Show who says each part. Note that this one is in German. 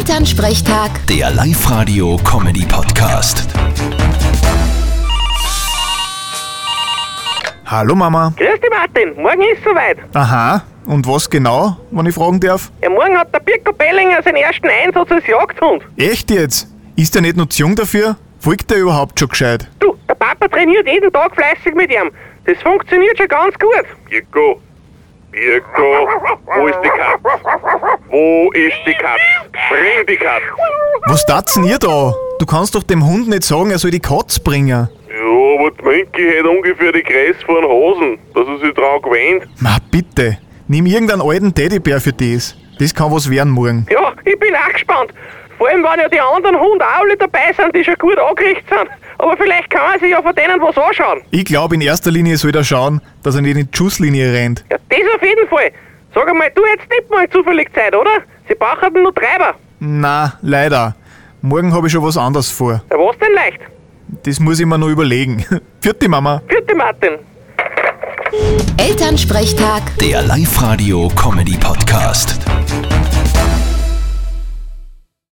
Speaker 1: Elternsprechtag,
Speaker 2: Der Live-Radio-Comedy-Podcast.
Speaker 3: Hallo Mama.
Speaker 4: Grüß dich Martin, morgen ist soweit.
Speaker 3: Aha, und was genau, wenn ich fragen darf?
Speaker 4: Ja, morgen hat der Birko Bellinger seinen ersten Einsatz als Jagdhund.
Speaker 3: Echt jetzt? Ist der nicht noch zu jung dafür? Folgt der überhaupt schon gescheit?
Speaker 4: Du, der Papa trainiert jeden Tag fleißig mit ihm. Das funktioniert schon ganz gut.
Speaker 5: Birko, Birko, wo ist die Katz? Wo ist die Katz? Bring die Katz.
Speaker 3: Was tat's denn ihr da? Du kannst doch dem Hund nicht sagen, er soll die Katz bringen.
Speaker 5: Ja, aber die Minki hätte ungefähr die Kreis von Hosen, dass er sich dran gewöhnt.
Speaker 3: Na bitte, nimm irgendeinen alten Teddybär für das. Das kann was werden morgen.
Speaker 4: Ja, ich bin auch gespannt. Vor allem, wenn ja die anderen Hunde auch alle dabei sind, die schon gut angerichtet sind. Aber vielleicht kann man sich ja von denen was anschauen.
Speaker 3: Ich glaube, in erster Linie soll er schauen, dass er nicht in die Schusslinie rennt.
Speaker 4: Ja, das auf jeden Fall. Sag einmal, du hättest nicht mal zufällig Zeit, oder? Sie brauchen nur Treiber.
Speaker 3: Na, leider. Morgen habe ich schon was anderes vor.
Speaker 4: Ja, was denn leicht?
Speaker 3: Das muss ich mir noch überlegen. Vierte Mama.
Speaker 4: Vierte Martin.
Speaker 1: Elternsprechtag.
Speaker 2: Der Live-Radio-Comedy-Podcast.